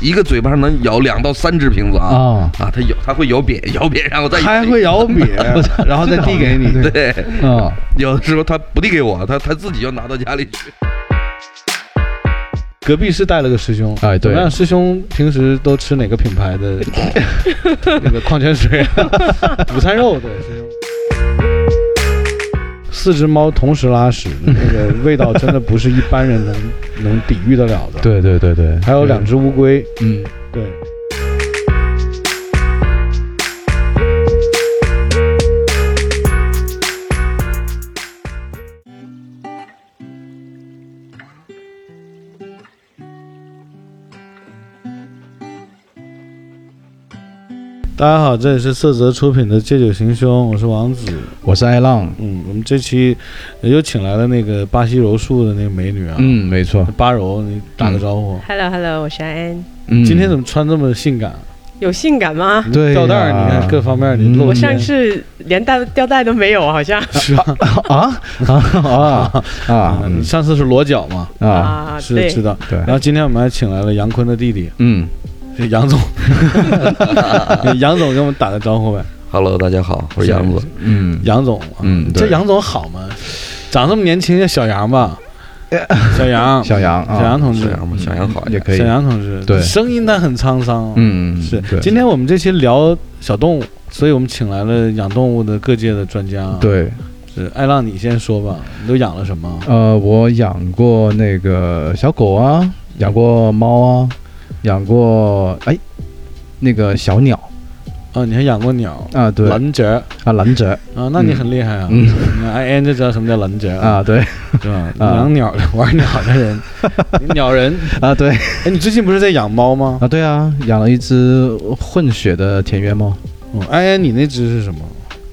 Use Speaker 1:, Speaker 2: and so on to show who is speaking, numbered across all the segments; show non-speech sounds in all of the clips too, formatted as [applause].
Speaker 1: 一个嘴巴上能咬两到三只瓶子啊
Speaker 2: 啊
Speaker 1: 啊，它咬它会咬扁， [laughs] 咬扁然后再
Speaker 3: 还会摇
Speaker 2: [laughs]
Speaker 3: 笔，然后再递给你。
Speaker 1: [laughs] 对，
Speaker 2: 啊，
Speaker 1: 有的时候他不递给我，他他自己要拿到家里去。
Speaker 3: 隔壁是带了个师兄，
Speaker 2: 哎对
Speaker 3: 怎么样？师兄平时都吃哪个品牌
Speaker 2: [laughs]
Speaker 3: 的那个矿泉水、啊 [laughs] 午餐肉？对，师兄。四只猫同时拉
Speaker 2: [laughs]
Speaker 3: 屎，那个味道真的不是一般人能能抵御得了的。，
Speaker 2: 对对对对，
Speaker 3: 还有两只乌龟，
Speaker 2: 嗯，
Speaker 3: 对，大家好，这里是色泽出品的《借酒行凶》，我是王子。
Speaker 2: 我是爱浪，
Speaker 3: 嗯，我们这期也就请来了那个巴西柔术的那个美女啊，
Speaker 2: 嗯，没错，
Speaker 3: 巴柔，你打个招呼。
Speaker 4: Hello Hello，我是安安。
Speaker 2: 嗯，
Speaker 3: 今天怎么穿这么性感？啊
Speaker 4: 有性感吗？
Speaker 2: 对呀
Speaker 3: 吊带儿，你看各方面你
Speaker 2: 嗯
Speaker 3: 露
Speaker 4: 我
Speaker 3: 面
Speaker 4: 上次连带吊带都没有，好像
Speaker 3: 是吧
Speaker 2: 啊啊啊
Speaker 3: 啊
Speaker 2: 啊，
Speaker 3: 你上次是裸脚嘛？
Speaker 2: 啊，
Speaker 3: 是知
Speaker 4: 对，
Speaker 3: 道。
Speaker 2: 对
Speaker 3: 然，后今天我们还请来了杨坤的弟弟
Speaker 2: 嗯，
Speaker 3: 杨
Speaker 2: [laughs]
Speaker 3: 总，杨总给我们打个招呼呗。
Speaker 1: Hello，大家好，我是杨子。
Speaker 2: 嗯，
Speaker 3: 杨总，啊
Speaker 2: 嗯
Speaker 3: 这
Speaker 2: 对
Speaker 3: 杨总好吗？长这么年轻叫小杨
Speaker 2: [laughs]
Speaker 3: 吧，小杨，
Speaker 2: 小杨啊，
Speaker 3: 小杨同
Speaker 1: 小
Speaker 3: 志，嗯
Speaker 1: 杨吧，小杨好一
Speaker 2: 也
Speaker 1: 点。
Speaker 2: 可以
Speaker 3: 小，杨同志，
Speaker 2: 对
Speaker 3: 声音他很沧桑啊。
Speaker 2: 嗯，
Speaker 3: 是
Speaker 2: 对，
Speaker 3: 今天我们这期聊小动物，所以我们请来了养动物的各界的专家。，
Speaker 2: 啊对，
Speaker 3: 是爱呃浪，你先说吧，你都养了什么？
Speaker 2: 呃，我养过那个小狗啊，养过猫啊，养过哎，那个小鸟
Speaker 3: 啊，你还养过鸟？
Speaker 2: 啊，对
Speaker 3: 蓝折
Speaker 2: 啊，蓝折
Speaker 3: 啊，那你很厉害啊！
Speaker 2: 嗯
Speaker 3: 那爱安就知道什么叫蓝折
Speaker 2: 啊，，
Speaker 3: [laughs]
Speaker 2: 对
Speaker 3: 是吧？
Speaker 2: 啊
Speaker 3: 养鸟的、玩鸟的
Speaker 2: [laughs]
Speaker 3: 人，鸟人。
Speaker 2: 啊，对
Speaker 3: 哎，你最近不是在养猫吗？
Speaker 2: 啊，对啊，养了一只混血的田园猫，
Speaker 3: 嗯安安，你那只是什么？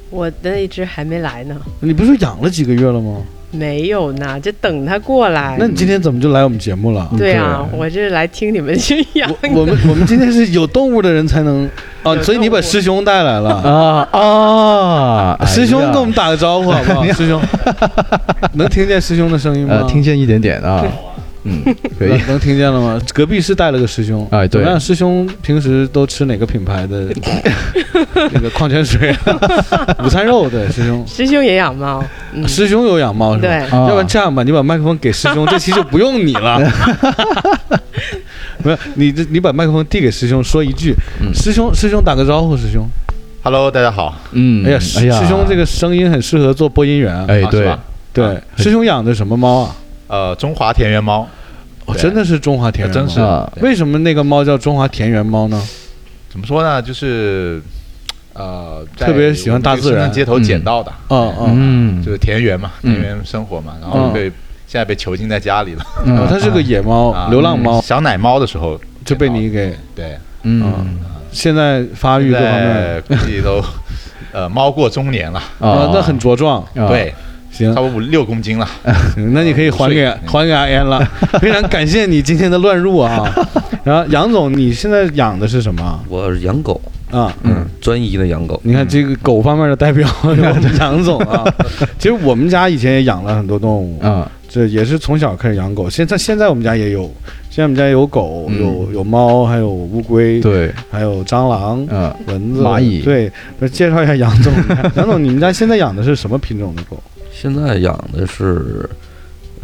Speaker 4: 我的一只还没来呢，
Speaker 3: 你不是说养了几个月了吗？
Speaker 4: 没有呢，就等他过
Speaker 2: 哎
Speaker 4: 来
Speaker 3: 那。你今天怎么就来我们节目
Speaker 2: 嗯
Speaker 3: 了？
Speaker 4: 对啊，我这来听你们去养
Speaker 3: 我我们我们今天是有动物的人才
Speaker 2: [laughs]
Speaker 3: 能哦，
Speaker 4: 有
Speaker 3: 所以你
Speaker 4: 动
Speaker 3: 把
Speaker 4: 物
Speaker 3: 师兄带来了。
Speaker 2: 啊啊，哎呀哎
Speaker 3: 师兄跟我们打个招呼好不
Speaker 2: [laughs]
Speaker 3: 好？师兄，能听见师兄的声音吗？
Speaker 2: 呃听见一点点啊，嗯，
Speaker 3: [laughs]
Speaker 2: 可以
Speaker 3: 能，能听见了吗？隔壁是带了个师兄，
Speaker 2: 哎
Speaker 3: 怎
Speaker 2: 对
Speaker 3: 么样？师兄平时都吃哪个品牌的
Speaker 2: [laughs]
Speaker 3: 那个矿泉水、啊午餐肉？对，师兄，
Speaker 4: [laughs] 师兄也养猫，嗯，
Speaker 3: 师兄有养猫是吧？
Speaker 4: 对，
Speaker 2: 啊
Speaker 3: 要不然这样吧，你把麦克风给师兄，这期就不用你
Speaker 2: [laughs]
Speaker 3: 了。没有，你这你把麦克风递给师兄，说一句，
Speaker 2: 嗯
Speaker 3: 师兄师兄打个招呼，师兄。
Speaker 5: Hello，大家好，
Speaker 2: 嗯，
Speaker 3: 哎呀，师
Speaker 2: 哎呀
Speaker 3: 师兄这个声音很适合做播音员啊。
Speaker 2: 哎
Speaker 5: 啊是
Speaker 2: 对
Speaker 5: 吧
Speaker 3: 对，师兄养的什么猫啊？
Speaker 5: 呃，中华田园猫，
Speaker 3: 哦，
Speaker 5: 对
Speaker 3: 真的是中华田园猫，
Speaker 5: 真是
Speaker 2: 啊
Speaker 5: 对
Speaker 3: 为什么那个猫叫中华田园猫呢？
Speaker 5: 怎么说呢？就是呃，在
Speaker 3: 特别喜欢大自然
Speaker 5: 我们这个深圳街头捡到的，
Speaker 3: 哦哦，
Speaker 2: 嗯
Speaker 5: 就是田园嘛，
Speaker 2: 嗯
Speaker 5: 田园生活嘛，然
Speaker 3: 嗯
Speaker 5: 后被现在被囚禁在家里了。
Speaker 3: 哦它是个野猫，
Speaker 5: [laughs] 啊嗯
Speaker 3: 流浪猫，
Speaker 5: 小奶猫的时候
Speaker 3: 就被
Speaker 5: 捡
Speaker 3: 你给
Speaker 5: 到对，
Speaker 2: 嗯
Speaker 3: 现在发育
Speaker 5: 现
Speaker 3: 各方面
Speaker 5: 在估
Speaker 3: [laughs]
Speaker 5: 计都呃猫过中年了，
Speaker 3: 啊，嗯那很茁壮。
Speaker 2: 啊
Speaker 5: 对，
Speaker 3: 行
Speaker 5: 差，不多五六公斤了。
Speaker 3: 行那你可以还给
Speaker 5: 五岁
Speaker 3: 还给阿燕了，非常感谢你今天的乱入啊。 [laughs] 然后杨总，你现在养的是什么
Speaker 1: 我养狗，
Speaker 3: 啊？
Speaker 1: 嗯，专一的养狗。
Speaker 3: 你看这个狗方面的代表我们杨总啊，其实我们家以前也养了很多动物，
Speaker 2: 啊
Speaker 3: 这也是从小开始养狗。现在现在我们家也有，现在我们家有狗，
Speaker 2: 嗯
Speaker 3: 有有猫，还有乌龟，
Speaker 2: 对
Speaker 3: 还有蟑螂、
Speaker 2: 啊
Speaker 3: 蚊子、
Speaker 2: 蚂蚁
Speaker 3: 对，那介绍一下杨
Speaker 1: [laughs]
Speaker 3: 总，杨总，你们家现在养的是什么品种的狗？
Speaker 1: 现在养的是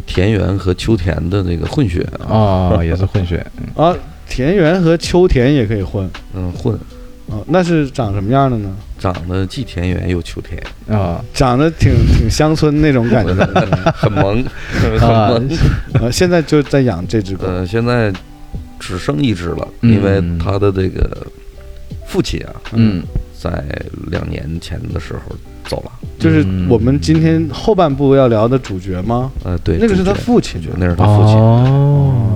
Speaker 1: 田园和秋田的那个混血啊，
Speaker 2: 啊也是混血
Speaker 3: 啊，田园和秋田也可以混
Speaker 1: 嗯，混，
Speaker 3: 啊，那是长什么样的呢？
Speaker 1: 长得既田园又秋田，
Speaker 2: 啊
Speaker 3: 长得
Speaker 1: [laughs]
Speaker 3: 挺挺乡村那种感觉的，
Speaker 1: 很萌，很
Speaker 2: 啊
Speaker 1: 萌。
Speaker 3: 呃，现在就在养这只狗，
Speaker 1: 呃，现在只剩一只了，
Speaker 2: 嗯
Speaker 1: 因为他的这个父亲啊，
Speaker 2: 嗯
Speaker 1: 在两年前的时候走了。
Speaker 3: 就是我们今天后半部要聊的主角吗？
Speaker 1: 呃，对，
Speaker 3: 那个是他
Speaker 1: 主角
Speaker 3: 父亲，
Speaker 1: 主角那是他父亲。
Speaker 2: 哦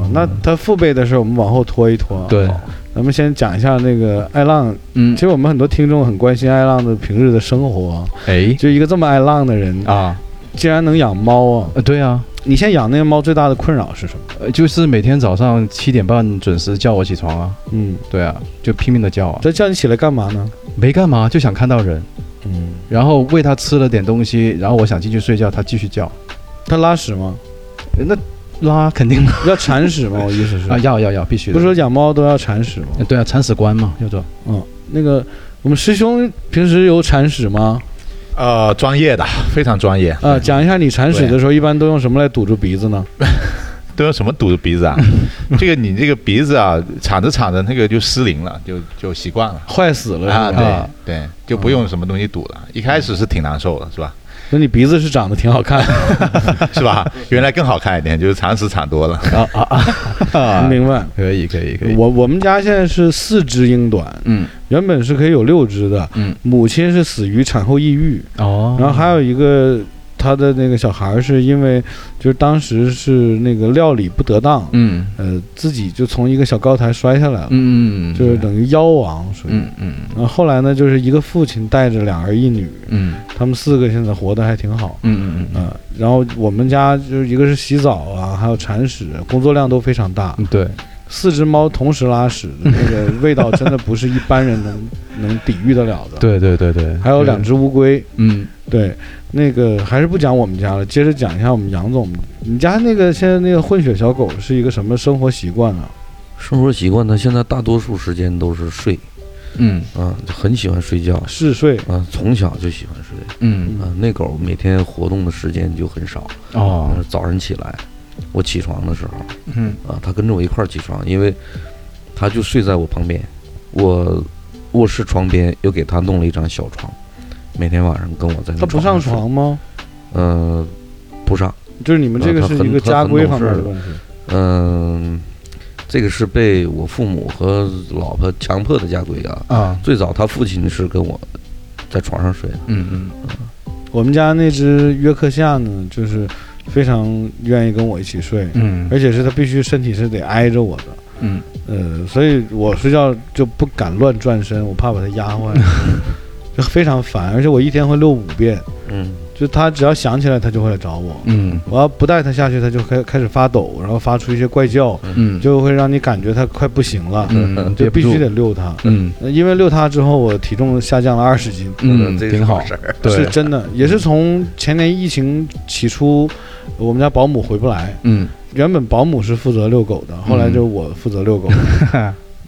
Speaker 3: 哦，那他父辈的事儿我们往后拖一拖啊。
Speaker 2: 对
Speaker 3: 咱们先讲一下那个艾浪。
Speaker 2: 嗯
Speaker 3: 其实我们很多听众很关心艾浪的平日的生活，啊
Speaker 2: 哎
Speaker 3: 就一个这么爱浪的人，
Speaker 2: 啊
Speaker 3: 竟然能养猫啊！
Speaker 2: 呃对啊
Speaker 3: 你现在养那个猫最大的困扰是什么？
Speaker 2: 呃就是每天早上七点半准时叫我起床啊，
Speaker 3: 嗯，
Speaker 2: 对啊，就拼命的叫啊，
Speaker 3: 它叫你起来干嘛呢？
Speaker 2: 没干嘛，就想看到人，
Speaker 3: 嗯，
Speaker 2: 然后喂它吃了点东西，然后我想进去睡觉，它继续叫，
Speaker 3: 它拉屎吗？
Speaker 2: 呃那拉肯定的
Speaker 3: 要铲屎 [laughs] 吗？我意思是
Speaker 2: 啊，，要要要，必须的，
Speaker 3: 不是说养猫都要铲屎吗？
Speaker 2: 呃对啊，铲屎官嘛，叫做
Speaker 3: 嗯，那个我们师兄平时有铲屎吗？
Speaker 5: 呃，专业的，非常专业。
Speaker 3: 啊、讲一下你铲屎
Speaker 5: 对
Speaker 3: 的时候一般都用什么来堵住鼻子呢？
Speaker 5: 都用什么堵着鼻子
Speaker 3: [laughs]
Speaker 5: 啊？这个你这个鼻子啊，铲着铲着那个就失灵了，就就习惯了。
Speaker 3: 坏死了
Speaker 5: 啊，
Speaker 3: 是吧？啊
Speaker 5: 对对，就不用什么东西堵了。一开始是挺难受的，是吧？ [laughs]
Speaker 3: 那你鼻子是长得挺好看的，
Speaker 5: 是吧？原来更好看一点，就是铲屎铲多了。
Speaker 2: 啊啊啊
Speaker 3: [laughs]
Speaker 2: 啊，
Speaker 3: 明白？
Speaker 2: 可以可以可以，
Speaker 3: 我我们家现在是四只英短，
Speaker 2: 嗯
Speaker 3: 原本是可以有六只的，
Speaker 2: 嗯
Speaker 3: 母亲是死于产后抑郁，
Speaker 2: 哦，
Speaker 3: 然后还有一个他的那个小孩儿是因为就是当时是那个料理不得当，
Speaker 2: 嗯
Speaker 3: 呃，自己就从一个小高台摔下来了，
Speaker 2: 嗯嗯，
Speaker 3: 就是等于夭亡属于。
Speaker 2: 嗯嗯
Speaker 3: 然后后来呢，就是一个父亲带着两儿一女，
Speaker 2: 嗯
Speaker 3: 他们四个现在活得还挺好。
Speaker 2: 嗯嗯
Speaker 3: 嗯、然后我们家就是一个是洗澡啊，还有铲屎，工作量都非常大。
Speaker 2: 嗯，对，
Speaker 3: 四只猫同时
Speaker 1: [laughs]
Speaker 3: 拉屎，那个味道真的不是一般人能能抵御得了的。，
Speaker 2: 对对对对，
Speaker 3: 还有两只乌龟，
Speaker 2: 嗯
Speaker 3: 对，那个还是不讲我们家了，接着讲一下我们杨总，你家那个现在那个混血小狗是一个什么生活习惯啊？
Speaker 1: 生活习惯呢，现在大多数时间都是睡
Speaker 2: 嗯
Speaker 1: 啊，很喜欢睡觉
Speaker 3: 嗜睡，
Speaker 1: 啊，从小就喜欢睡
Speaker 2: 嗯
Speaker 1: 啊。那狗每天活动的时间就很少，
Speaker 2: 哦
Speaker 1: 呃早上起来我起床的时候，
Speaker 2: 嗯
Speaker 1: 啊，他跟着我一块儿起床，因为他就睡在我旁边，我卧室床边又给他弄了一张小床，每天晚上跟我在那
Speaker 3: 它不上
Speaker 1: 上睡，
Speaker 3: 床吗？
Speaker 1: 呃，不上，
Speaker 3: 就是你们这个
Speaker 1: 啊它
Speaker 3: 是
Speaker 1: 很
Speaker 3: 一个家规方面
Speaker 1: 它
Speaker 3: 的
Speaker 1: 很
Speaker 3: 问题。
Speaker 1: 嗯、这个是被我父母和老婆强迫的家规啊。
Speaker 2: 啊
Speaker 1: 最早他父亲是跟我在床上睡的，
Speaker 2: 嗯嗯
Speaker 3: 我们家那只约克夏呢，就是非常愿意跟我一起睡，
Speaker 2: 嗯
Speaker 3: 而且是它必须身体是得挨着我的，
Speaker 2: 嗯
Speaker 3: 呃，所以我睡觉就不敢乱转身，我怕把它压
Speaker 2: [laughs]
Speaker 3: 坏，就非常烦。而且我一天会遛五遍，
Speaker 1: 嗯，
Speaker 3: 就它只要想起来，它就会来找我。
Speaker 2: 嗯
Speaker 3: 我要不带它下去，它就开开始发抖，然后发出一些怪叫，
Speaker 2: 嗯
Speaker 3: 就会让你感觉它快不行了，
Speaker 2: 嗯
Speaker 3: 就必须得遛它。
Speaker 2: 嗯
Speaker 3: 呃因为遛它之后，我体重下降了二十斤，
Speaker 2: 嗯
Speaker 1: 这个
Speaker 2: 挺好
Speaker 1: 事儿，
Speaker 3: 是
Speaker 2: 对
Speaker 3: 真的，也是从前年疫情起初，我们家保姆回不来，
Speaker 2: 嗯
Speaker 3: 原本保姆是负责遛狗
Speaker 1: 嗯
Speaker 3: 的，后来就是我负责
Speaker 1: [laughs]
Speaker 3: 遛狗。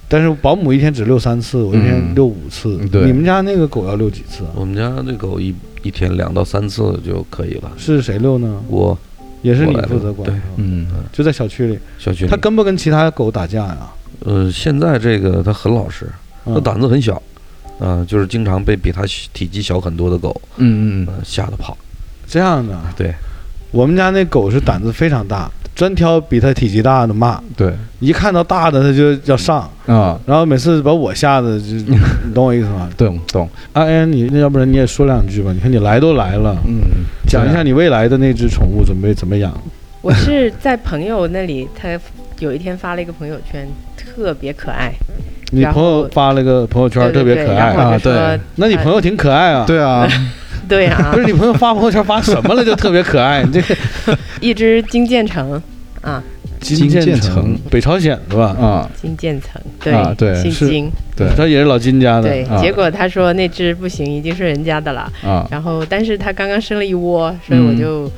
Speaker 3: 但是保姆一天只遛三次，我一天
Speaker 2: 嗯
Speaker 3: 遛五次。
Speaker 2: 对
Speaker 3: 你们家那个狗要遛几次啊？
Speaker 1: 我们家这狗一一天两到三次就可以了。
Speaker 3: 是谁遛呢？
Speaker 1: 我
Speaker 3: 也是你
Speaker 1: 我来
Speaker 3: 负
Speaker 1: 遛
Speaker 3: 责管
Speaker 1: 对
Speaker 3: 是吧，
Speaker 2: 嗯
Speaker 3: 就在小区里。
Speaker 1: 小区里
Speaker 3: 它跟不跟其他狗打架呀？
Speaker 1: 呃，现在这个它很老实，
Speaker 3: 嗯
Speaker 1: 它胆子很小，啊、就是经常被比它小体积小很多的狗，
Speaker 2: 嗯嗯
Speaker 1: 呃，吓得跑。
Speaker 3: 这样的。
Speaker 1: 对，
Speaker 3: 我们家那狗是胆子非常大，专挑比它体积大的骂，
Speaker 2: 对
Speaker 3: 一看到大的它就要上，
Speaker 2: 啊
Speaker 3: 然后每次把我吓
Speaker 1: [laughs]
Speaker 3: 得就，你懂我意思吗？
Speaker 2: 懂懂
Speaker 3: 阿安，你那要不然你也说两句吧？你看你来都来了，
Speaker 2: 嗯
Speaker 3: 讲一下你未来的那只宠物准备怎么养？
Speaker 4: 我是在朋友那里，他有一天发了一个朋友圈，特别可爱，
Speaker 3: 你朋友发了个朋友圈，特别可
Speaker 4: 对对对然
Speaker 3: 爱。
Speaker 4: 后我
Speaker 2: 啊
Speaker 4: 就说
Speaker 2: 对
Speaker 3: 那你朋友挺可爱啊？，
Speaker 2: 对啊
Speaker 4: [laughs] 对啊
Speaker 3: [laughs] 不，是你朋友发朋友圈发什么了就特别可爱？你这
Speaker 4: [laughs]
Speaker 3: 个
Speaker 4: 一只金渐层啊，
Speaker 2: 金
Speaker 3: 建
Speaker 2: 建
Speaker 3: 成
Speaker 2: 成，
Speaker 3: 北朝鲜是吧？
Speaker 4: 嗯
Speaker 2: 啊
Speaker 4: 金渐层，对，
Speaker 2: 啊对
Speaker 4: 姓
Speaker 3: 是
Speaker 4: 金，
Speaker 2: 对
Speaker 3: 他也是老金家的。
Speaker 4: 对。
Speaker 2: 啊
Speaker 4: 结果他说那只不行，一定是人家的了。
Speaker 2: 啊
Speaker 4: 然后，但是他刚刚生了一窝，所以我
Speaker 2: 嗯
Speaker 4: 就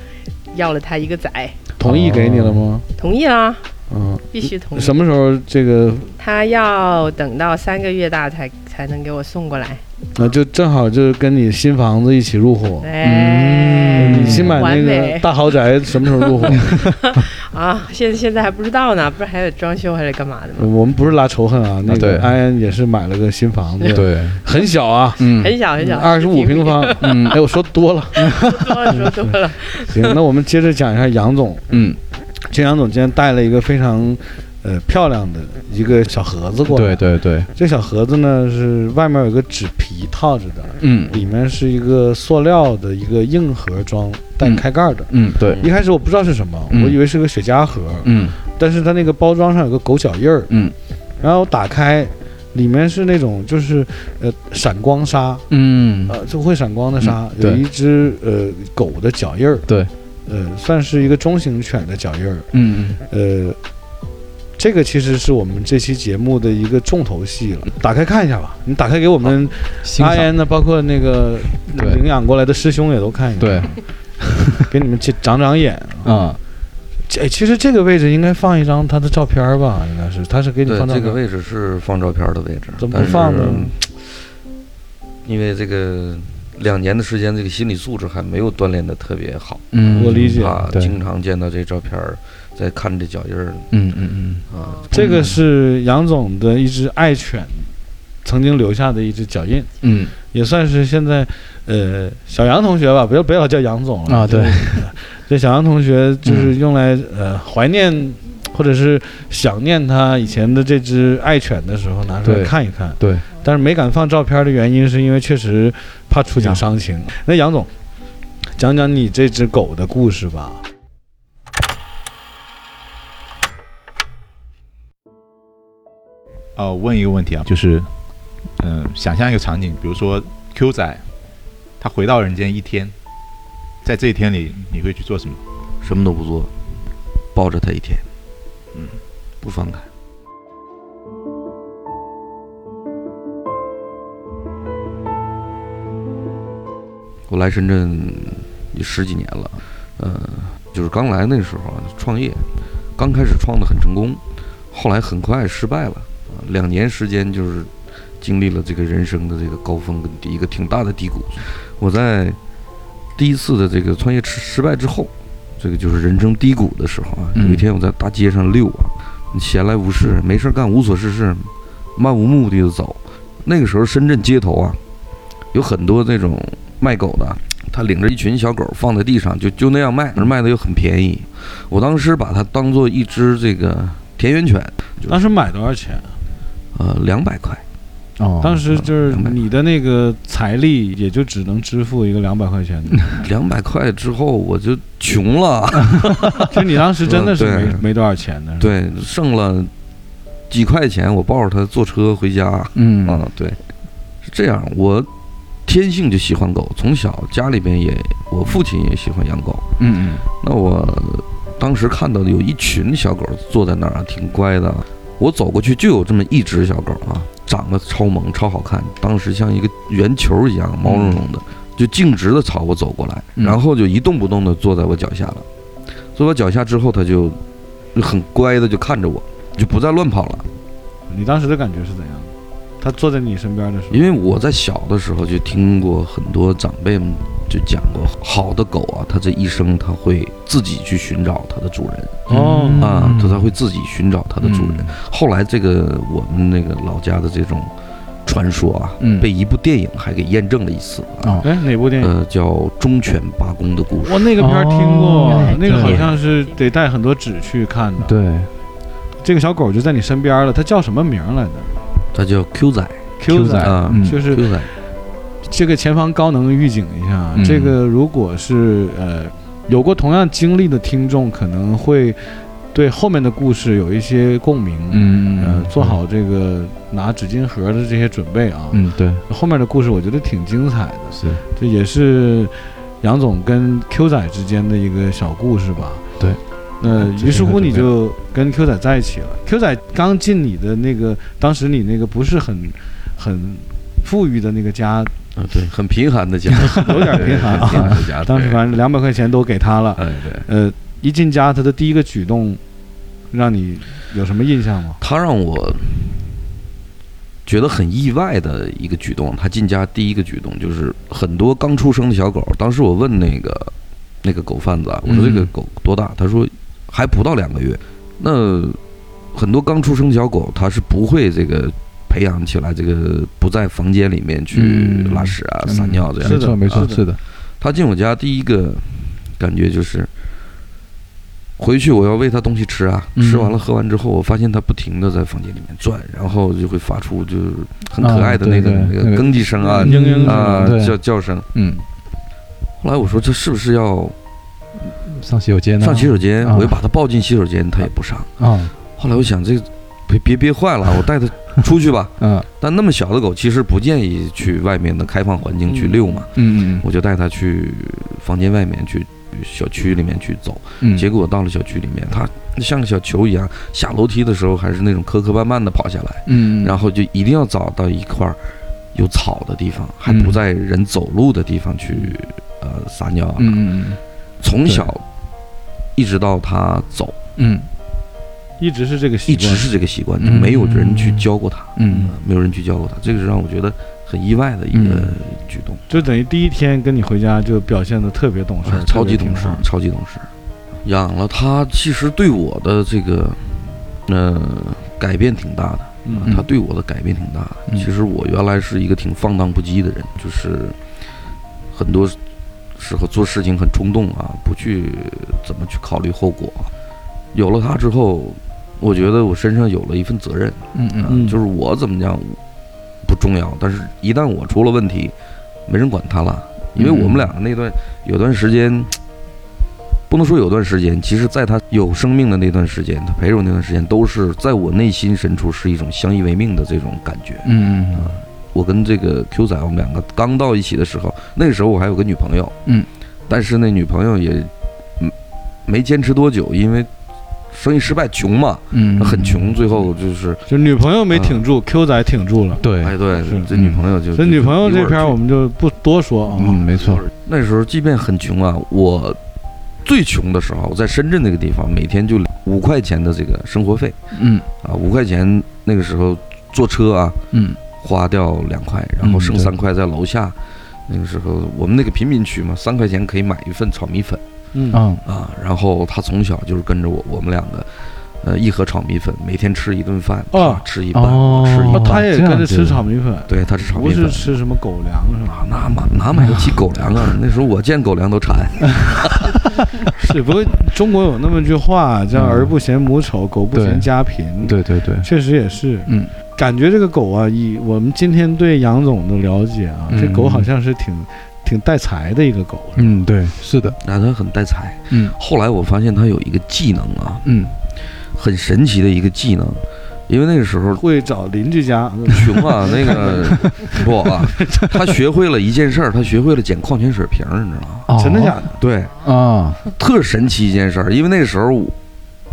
Speaker 4: 要了他一个崽，
Speaker 3: 同意给你了吗？
Speaker 4: 同意啦，
Speaker 3: 嗯，
Speaker 4: 必须同意。
Speaker 3: 什么时候这个？
Speaker 4: 他要等到三个月大才才能给我送过来。
Speaker 3: 那啊就正好就是跟你新房子一起入伙。嗯
Speaker 4: 哎，
Speaker 3: 你新买
Speaker 4: 完
Speaker 3: 那个
Speaker 4: 美
Speaker 3: 大豪宅什么时候入
Speaker 4: [laughs]
Speaker 3: 伙？
Speaker 4: 啊！现现在还不知道呢，不是还得装修还得干嘛的吗？
Speaker 3: 我们不是拉仇恨啊，那
Speaker 2: 啊对
Speaker 3: 个安安也是买了个新房子，，
Speaker 2: 对
Speaker 3: 很小啊，
Speaker 2: 嗯
Speaker 4: 很小很小，
Speaker 3: 二十五平方。
Speaker 2: 嗯
Speaker 3: 哎，我说多了。
Speaker 4: 多了说多了。
Speaker 3: 行，那我们接着讲一下杨总。
Speaker 2: 嗯
Speaker 3: 这杨总今天带了一个非常呃漂亮的一个小盒子过来。
Speaker 2: 对。对对
Speaker 3: 这小盒子呢是外面有个纸皮套着的，
Speaker 2: 嗯
Speaker 3: 里面是一个塑料的一个硬盒装，带
Speaker 2: 嗯
Speaker 3: 开盖的。
Speaker 2: 嗯对
Speaker 3: 一开始我不知道是什么，
Speaker 2: 嗯
Speaker 3: 我以为是个雪茄盒，
Speaker 2: 嗯
Speaker 3: 但是它那个包装上有个狗脚印儿，
Speaker 2: 嗯
Speaker 3: 然后打开，里面是那种就是呃闪光沙，
Speaker 2: 嗯
Speaker 3: 呃，就会闪光的沙，
Speaker 2: 嗯对
Speaker 3: 有一只呃狗的脚印儿。
Speaker 2: 对，
Speaker 3: 呃，算是一个中型犬的脚印儿。
Speaker 2: 嗯
Speaker 3: 呃，这个其实是我们这期节目的一个重头戏了。打开看一下吧，你打开给我们
Speaker 2: 欣
Speaker 3: 阿
Speaker 2: 赏
Speaker 3: 烟呢，包括那个
Speaker 2: 对
Speaker 3: 领养过来的师兄也都看
Speaker 1: 哎
Speaker 3: 一看，
Speaker 2: 对，
Speaker 3: 给你们去长长眼。
Speaker 2: 啊，
Speaker 3: 这哎其实这个位置应该放一张他的照片儿吧，应该是，他是给你
Speaker 1: 对
Speaker 3: 放照
Speaker 1: 这
Speaker 3: 片
Speaker 1: 个
Speaker 3: 儿，
Speaker 1: 位置是放照片的位置，
Speaker 3: 怎么
Speaker 1: 但
Speaker 3: 不
Speaker 1: 是嗯
Speaker 3: 放呢？
Speaker 1: 因为这个两年的时间，这个心理素质还没有锻炼的特别好
Speaker 2: 嗯，
Speaker 3: 我理解
Speaker 1: 啊，
Speaker 2: 对
Speaker 1: 经常见到这照片儿，在看这脚印儿
Speaker 2: 嗯嗯嗯，
Speaker 1: 啊，
Speaker 3: 这个是杨总的一只爱犬曾经留下的一只脚印，
Speaker 2: 嗯
Speaker 3: 也算是现在呃小杨同学吧，不要不要叫杨总了
Speaker 2: 啊对 [laughs]
Speaker 3: 就是这小杨同学就是用来、呃怀念或者是想念他以前的这只爱犬的时候拿出来
Speaker 2: 对
Speaker 3: 看一看，
Speaker 2: 对，
Speaker 3: 但是没敢放照片的原因是因为确实怕触景伤情。
Speaker 2: 嗯
Speaker 3: 那杨总，讲讲你这只狗的故事吧。
Speaker 5: 呃，问一个问题啊，就是，嗯、想象一个场景，比如说 Q 仔，他回到人间一天，在这一天里，你会去做什么？
Speaker 1: 什么都不做，抱着它一天，嗯，不放开。我来深圳也十几年了，呃，就是刚来那时候啊，创业，刚开始创的很成功，后来很快失败了，啊两年时间就是经历了这个人生的这个高峰跟低一个挺大的低谷。我在第一次的这个创业失失败之后，这个就是人生低谷的时候啊。
Speaker 2: 嗯
Speaker 1: 有一天我在大街上溜啊，闲来无事，没事儿干，无所事事，漫无目的的走。那个时候深圳街头啊，有很多那种卖狗的，他领着一群小狗放在地上，就就那样卖，而卖的又很便宜。我当时把它当做一只这个田园犬，就是
Speaker 3: 当时买多少钱？
Speaker 1: 呃，两百块。
Speaker 2: 哦，
Speaker 3: 当时就是
Speaker 1: 200
Speaker 3: 你的那个财力也就只能支付一个两百块
Speaker 2: [laughs]
Speaker 3: 钱的，
Speaker 1: 两百块之后我就穷了，
Speaker 3: 就你当时真的
Speaker 1: 嗯
Speaker 3: 是没
Speaker 1: 对
Speaker 3: 没多少钱的。，
Speaker 1: 对，剩了几块钱，我抱着它坐车回家。
Speaker 2: 嗯
Speaker 1: 啊，对，是这样，我天性就喜欢狗，从小家里边也，我父亲也喜欢养狗。
Speaker 2: 嗯嗯
Speaker 1: 那我当时看到的有一群小狗坐在那儿啊，挺乖的啊。我走过去就有这么一只小狗啊，长得超萌、超好看，当时像一个圆球一样毛茸茸的，就径直的朝我走过来，
Speaker 2: 嗯
Speaker 1: 然后就一动不动的坐在我脚下了。坐我脚下之后，它就就很乖的就看着我，就不再乱跑了。
Speaker 3: 你当时的感觉是怎样的？他坐在你身边的时候，
Speaker 1: 因为我在小的时候就听过很多长辈们就讲过，好的狗啊，它这一生它会自己去寻找它的主人
Speaker 3: 哦
Speaker 2: 嗯
Speaker 1: 啊，它它会自己寻找它的主人
Speaker 2: 嗯。
Speaker 1: 后来这个我们那个老家的这种传说啊，
Speaker 2: 嗯
Speaker 1: 被一部电影还给验证了一次啊，
Speaker 2: 哦
Speaker 3: 哎，哪部电影？
Speaker 1: 呃，叫《忠犬八公的故事》
Speaker 3: 我。那个片儿听过
Speaker 2: 哦，
Speaker 3: 那个好
Speaker 2: 对
Speaker 3: 像是得带很多纸去看的。，
Speaker 2: 对
Speaker 3: 这个小狗就在你身边了，它叫什么名儿来着
Speaker 1: 它叫 Q 仔
Speaker 3: ？Q
Speaker 2: 仔
Speaker 3: 仔，
Speaker 1: 啊
Speaker 2: 嗯
Speaker 3: 就是
Speaker 1: ，Q 仔，
Speaker 3: 这个前方高能预警一下，
Speaker 2: 嗯
Speaker 3: 这个如果是呃有过同样经历的听众，可能会对后面的故事有一些共鸣。
Speaker 2: 嗯
Speaker 3: 呃，做好这个拿纸巾盒的这些准备啊。
Speaker 2: 嗯对
Speaker 3: 后面的故事我觉得挺精彩的，
Speaker 2: 是
Speaker 3: 这也是杨总跟 Q 仔之间的一个小故事吧。
Speaker 2: 对。
Speaker 3: 那
Speaker 2: 嗯
Speaker 3: 于是乎你就跟 Q 仔在一起了。Q 仔刚进你的那个，当时你那个不是很很富裕的那个家，
Speaker 1: 啊，对，很贫寒的家，
Speaker 3: 有点贫
Speaker 1: [laughs]
Speaker 3: 寒
Speaker 1: 很贫
Speaker 3: 啊。
Speaker 1: 寒的家，
Speaker 3: [laughs] 当时
Speaker 1: 对
Speaker 3: 反正两百块钱都给他了。
Speaker 1: 哎对。
Speaker 3: 呃，一进家他的第一个举动，让你有什么印象吗？
Speaker 1: 他让我觉得很意外的一个举动，他进家第一个举动就是很多刚出生的小狗。当时我问那个那个狗贩子啊，我说
Speaker 2: 嗯
Speaker 1: 这个狗多大？他说还不到两个月。那很多刚出生小狗，它是不会这个培养起来，这个不在房间里面去
Speaker 2: 嗯
Speaker 1: 拉屎啊、
Speaker 2: 嗯
Speaker 1: 撒尿这样。
Speaker 2: 没错没错
Speaker 3: 是的
Speaker 2: 是的，
Speaker 1: 他进我家第一个感觉就是，回去我要喂他东西吃啊，
Speaker 2: 嗯
Speaker 1: 吃完了喝完之后，我发现他不停的在房间里面转，然后就会发出就是很可爱的
Speaker 2: 啊
Speaker 1: 那个、
Speaker 2: 对对
Speaker 1: 那
Speaker 2: 那
Speaker 1: 个
Speaker 2: 个
Speaker 1: 吭叽声啊
Speaker 3: 嘤嘤声
Speaker 1: 啊
Speaker 2: 对
Speaker 1: 叫叫声。
Speaker 2: 嗯
Speaker 1: 后来我说这是不是要
Speaker 2: 上洗手间呢
Speaker 1: 上洗手间？
Speaker 2: 啊
Speaker 1: 我就把他抱进洗手间，他也不上。
Speaker 2: 啊
Speaker 1: 后来我想这个别别憋坏了，我带他出去吧。
Speaker 2: 嗯
Speaker 1: 但那么小的狗其实不建议去外面的开放环境去
Speaker 3: 嗯
Speaker 1: 遛嘛，
Speaker 2: 嗯嗯
Speaker 1: 我就带它去房间外面去小区里面去走，
Speaker 2: 嗯，
Speaker 1: 结果到了小区里面，他像个小球一样，下楼梯的时候还是那种磕磕绊绊的跑下来，
Speaker 2: 嗯，
Speaker 1: 然后就一定要找到一块儿有草的地方，还
Speaker 2: 嗯
Speaker 1: 不在人走路的地方去呃撒尿啊。
Speaker 2: 嗯嗯
Speaker 1: 从小一直到他走，
Speaker 2: 嗯
Speaker 3: 一直是这个习
Speaker 1: 一
Speaker 3: 惯，
Speaker 1: 直是这个习惯，就
Speaker 2: 嗯
Speaker 1: 没有人去教过他，
Speaker 2: 嗯
Speaker 1: 呃，没有人去教过他，这个是让我觉得很意外的一个
Speaker 2: 嗯
Speaker 1: 举动，
Speaker 3: 就等于第一天跟你回家就表现的特别懂事
Speaker 1: 啊，超级懂事，超级懂事。养了他，其实对我的这个呃改变挺大的。
Speaker 3: 嗯
Speaker 2: 嗯
Speaker 1: 啊他对我的改变挺大的。
Speaker 2: 嗯
Speaker 1: 其实我原来是一个挺放荡不羁的人，就是很多时候做事情很冲动啊，不去怎么去考虑后果。啊有了他之后，我觉得我身上有了一份责任，
Speaker 2: 嗯
Speaker 1: 啊
Speaker 2: 嗯，
Speaker 1: 就是我怎么样不重要，但是一旦我出了问题，没人管他了，因为
Speaker 2: 嗯
Speaker 1: 我们俩那段有段时间。不能说有段时间，其实在他有生命的那段时间，他陪着我那段时间，都是在我内心深处是一种相依为命的这种感觉。
Speaker 2: 嗯
Speaker 1: 我跟这个 Q 仔，我们两个刚到一起的时候，那时候我还有个女朋友，
Speaker 2: 嗯，
Speaker 1: 但是那女朋友也，嗯，没坚持多久，因为生意失败，穷嘛，
Speaker 2: 嗯，
Speaker 1: 很穷，最后就是，
Speaker 3: 就女朋友没挺住，Q 仔挺住了。
Speaker 2: 对，
Speaker 1: 哎，对
Speaker 3: 是，
Speaker 1: 这女朋友就，
Speaker 3: 所以女朋友
Speaker 1: 就
Speaker 3: 这篇我们就不多说啊。
Speaker 2: 嗯，没错，
Speaker 1: 那时候即便很穷啊，我最穷的时候，我在深圳那个地方，每天就五块钱的这个生活费
Speaker 2: 嗯
Speaker 1: 啊，五块钱那个时候坐车啊，
Speaker 2: 嗯
Speaker 1: 花掉两块，然后
Speaker 2: 嗯
Speaker 1: 剩
Speaker 2: 对
Speaker 1: 三块在楼下。那个时候我们那个贫民区嘛，三块钱可以买一份炒米粉
Speaker 3: 嗯
Speaker 2: 啊，
Speaker 1: 啊。然后他从小就是跟着我，我们两个，呃，一盒炒米粉，每天吃一顿饭，
Speaker 3: 哦
Speaker 1: 他吃一半，
Speaker 2: 哦
Speaker 1: 我吃一
Speaker 3: 那
Speaker 1: 半。
Speaker 3: 他也
Speaker 2: 这样
Speaker 3: 跟着吃
Speaker 2: 子
Speaker 3: 炒米粉，
Speaker 1: 对，他吃炒
Speaker 3: 不
Speaker 1: 米粉
Speaker 3: 是。吃什么狗粮是
Speaker 1: 啊，
Speaker 3: 吧？
Speaker 1: 那买哪
Speaker 3: [laughs]
Speaker 1: 买得起狗粮啊？那时候我见狗粮都馋。
Speaker 3: 是，不过中国有那么句话叫“
Speaker 2: 嗯
Speaker 3: 儿不嫌母丑，狗不
Speaker 2: 对
Speaker 3: 嫌家贫”，，
Speaker 2: 对对对，
Speaker 3: 确实也是。
Speaker 2: 嗯，
Speaker 3: 感觉这个狗啊，以我们今天对杨总的了解啊，这
Speaker 2: 嗯
Speaker 3: 狗好像是挺挺带财的一个狗。是吧
Speaker 2: 嗯对，是的，
Speaker 1: 那他很带财。
Speaker 2: 嗯
Speaker 1: 后来我发现他有一个技能啊，
Speaker 2: 嗯
Speaker 1: 很神奇的一个技能，因为那个时
Speaker 3: [laughs]
Speaker 1: 候
Speaker 3: 会找邻居家，
Speaker 1: 穷啊，那个不啊，他学会了一件事儿，他学会了捡矿泉水瓶儿，你知道吗？
Speaker 2: 哦
Speaker 3: 真的假的？
Speaker 1: 对，
Speaker 2: 啊？
Speaker 1: [laughs] 特神奇一件事儿，因为那个时候我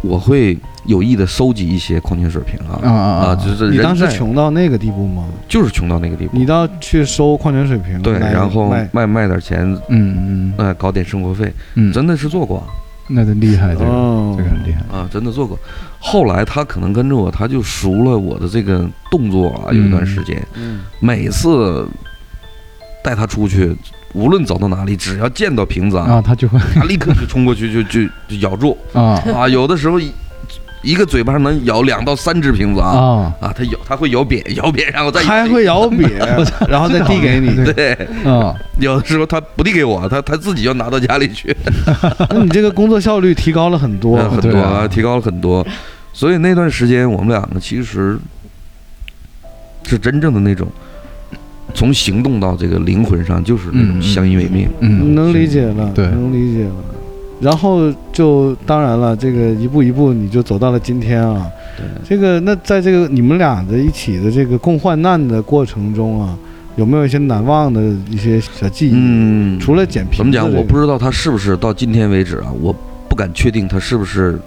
Speaker 1: 我会有意的收集一些矿泉水瓶啊
Speaker 2: 啊啊啊
Speaker 1: 就是
Speaker 3: 你
Speaker 1: 人
Speaker 3: 当时
Speaker 1: 在
Speaker 3: 穷到那个地步吗？
Speaker 1: 就是穷到那个地步
Speaker 3: 你，到去收矿泉水瓶，
Speaker 1: 对，
Speaker 3: 买
Speaker 1: 然后
Speaker 3: 买
Speaker 1: 卖卖点钱，
Speaker 2: 嗯嗯
Speaker 1: 呃，搞点生活费，
Speaker 2: 嗯，
Speaker 1: 真的是做过啊
Speaker 2: 那真厉害，这个
Speaker 3: 哦
Speaker 2: 这个，很厉害，
Speaker 1: 啊，真的做过。后来他可能跟着我，他就熟了我的这个动作啊，有一段时间。
Speaker 3: 嗯，
Speaker 1: 每次带他出去，无论走到哪里，只要见到瓶子啊，
Speaker 2: 啊，他就会
Speaker 1: 他立刻就冲过去，就就就咬住
Speaker 2: 啊
Speaker 1: 啊。有的时候一一个嘴巴能咬两到三只瓶子啊
Speaker 2: 啊
Speaker 1: 啊，他咬他会咬扁，咬扁然后再咬
Speaker 3: 还
Speaker 1: [laughs]
Speaker 3: 会摇笔，然后再递给你。
Speaker 1: 对。
Speaker 2: 啊，
Speaker 1: 有的时候他不递给我，他他自己要拿到家里去，
Speaker 3: 那你这个工作效率提高了很多，
Speaker 1: 很
Speaker 2: 对
Speaker 1: 多
Speaker 2: 啊
Speaker 1: 啊，提高了很多。所以那段时间我们两个其实是真正的那种。从行动到这个灵魂上，就是那
Speaker 2: 嗯嗯
Speaker 1: 种相依为命。
Speaker 2: 嗯，
Speaker 3: 能理解了，
Speaker 2: 对
Speaker 3: 能理解了。然后就当然了，这个一步一步你就走到了今天啊。
Speaker 1: 对
Speaker 3: 这个那在这个你们俩的一起的这个共患难的过程中啊，有没有一些难忘的一些小记忆？，
Speaker 1: 嗯，
Speaker 3: 除了捡瓶子、
Speaker 1: 怎么讲？我不知道他是不是到今天为止啊，我不敢确定他是不是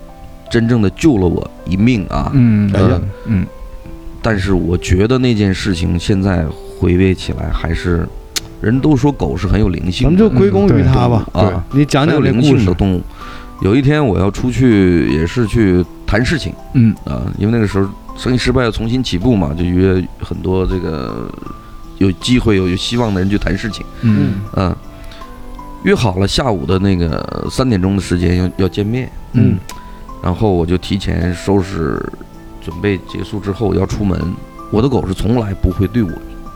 Speaker 1: 真正的救了我一命啊。
Speaker 2: 嗯嗯
Speaker 1: 但是我觉得那件事情现在回味起来，还是人都说狗是很有灵
Speaker 3: 咱
Speaker 1: 性
Speaker 3: 们
Speaker 1: 的
Speaker 3: 就归功于他吧。
Speaker 2: 对
Speaker 1: 嗯啊，
Speaker 3: 你讲
Speaker 1: 很有
Speaker 3: 讲这
Speaker 1: 灵
Speaker 3: 故
Speaker 1: 性
Speaker 3: 事
Speaker 1: 的。动物。有一天我要出去，也是去谈事情
Speaker 2: 嗯
Speaker 1: 啊，因为那个时候生意失败要重新起步嘛，就约很多这个有机会、有有希望的人去谈事情。
Speaker 2: 嗯
Speaker 1: 嗯，约好了下午的那个三点钟的时间要要见面，
Speaker 2: 嗯
Speaker 1: 然后我就提前收拾，准备结束之后要出门。我的狗是从来不会对我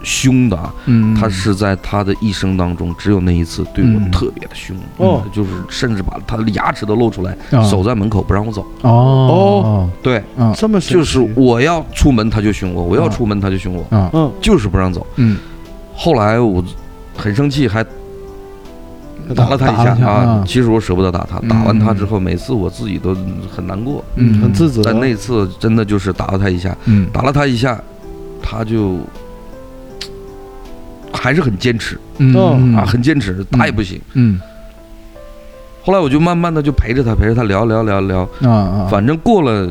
Speaker 1: 凶的啊，
Speaker 2: 嗯，
Speaker 1: 它是在它的一生当中只有那一次对我
Speaker 2: 嗯
Speaker 1: 特别的凶，
Speaker 3: 哦
Speaker 1: 就是甚至把它的牙齿都露出来，
Speaker 2: 嗯啊
Speaker 1: 守在门口不让我走。
Speaker 2: 哦
Speaker 1: 对，
Speaker 2: 哦
Speaker 3: 这么神奇
Speaker 1: 就是我要出门它就凶我，我要出门它就凶我，
Speaker 2: 啊
Speaker 3: 嗯，
Speaker 1: 就是不让走。
Speaker 2: 嗯，
Speaker 1: 后来我很生气，还打了他一
Speaker 2: 打
Speaker 1: 下
Speaker 2: 了一下啊
Speaker 1: 其实我舍不得打他，
Speaker 2: 嗯
Speaker 1: 打完他之后，每次我自己都很难过。
Speaker 2: 嗯
Speaker 3: 很自责。
Speaker 1: 但那次真的就是打了他一下，
Speaker 2: 嗯
Speaker 1: 打了他一下，他就还是很坚持啊
Speaker 2: 嗯
Speaker 1: 啊，很坚持，打也不行。
Speaker 2: 嗯
Speaker 1: 后来我就慢慢的就陪着他，陪着他聊聊聊聊，
Speaker 2: 啊啊，
Speaker 1: 反正过了，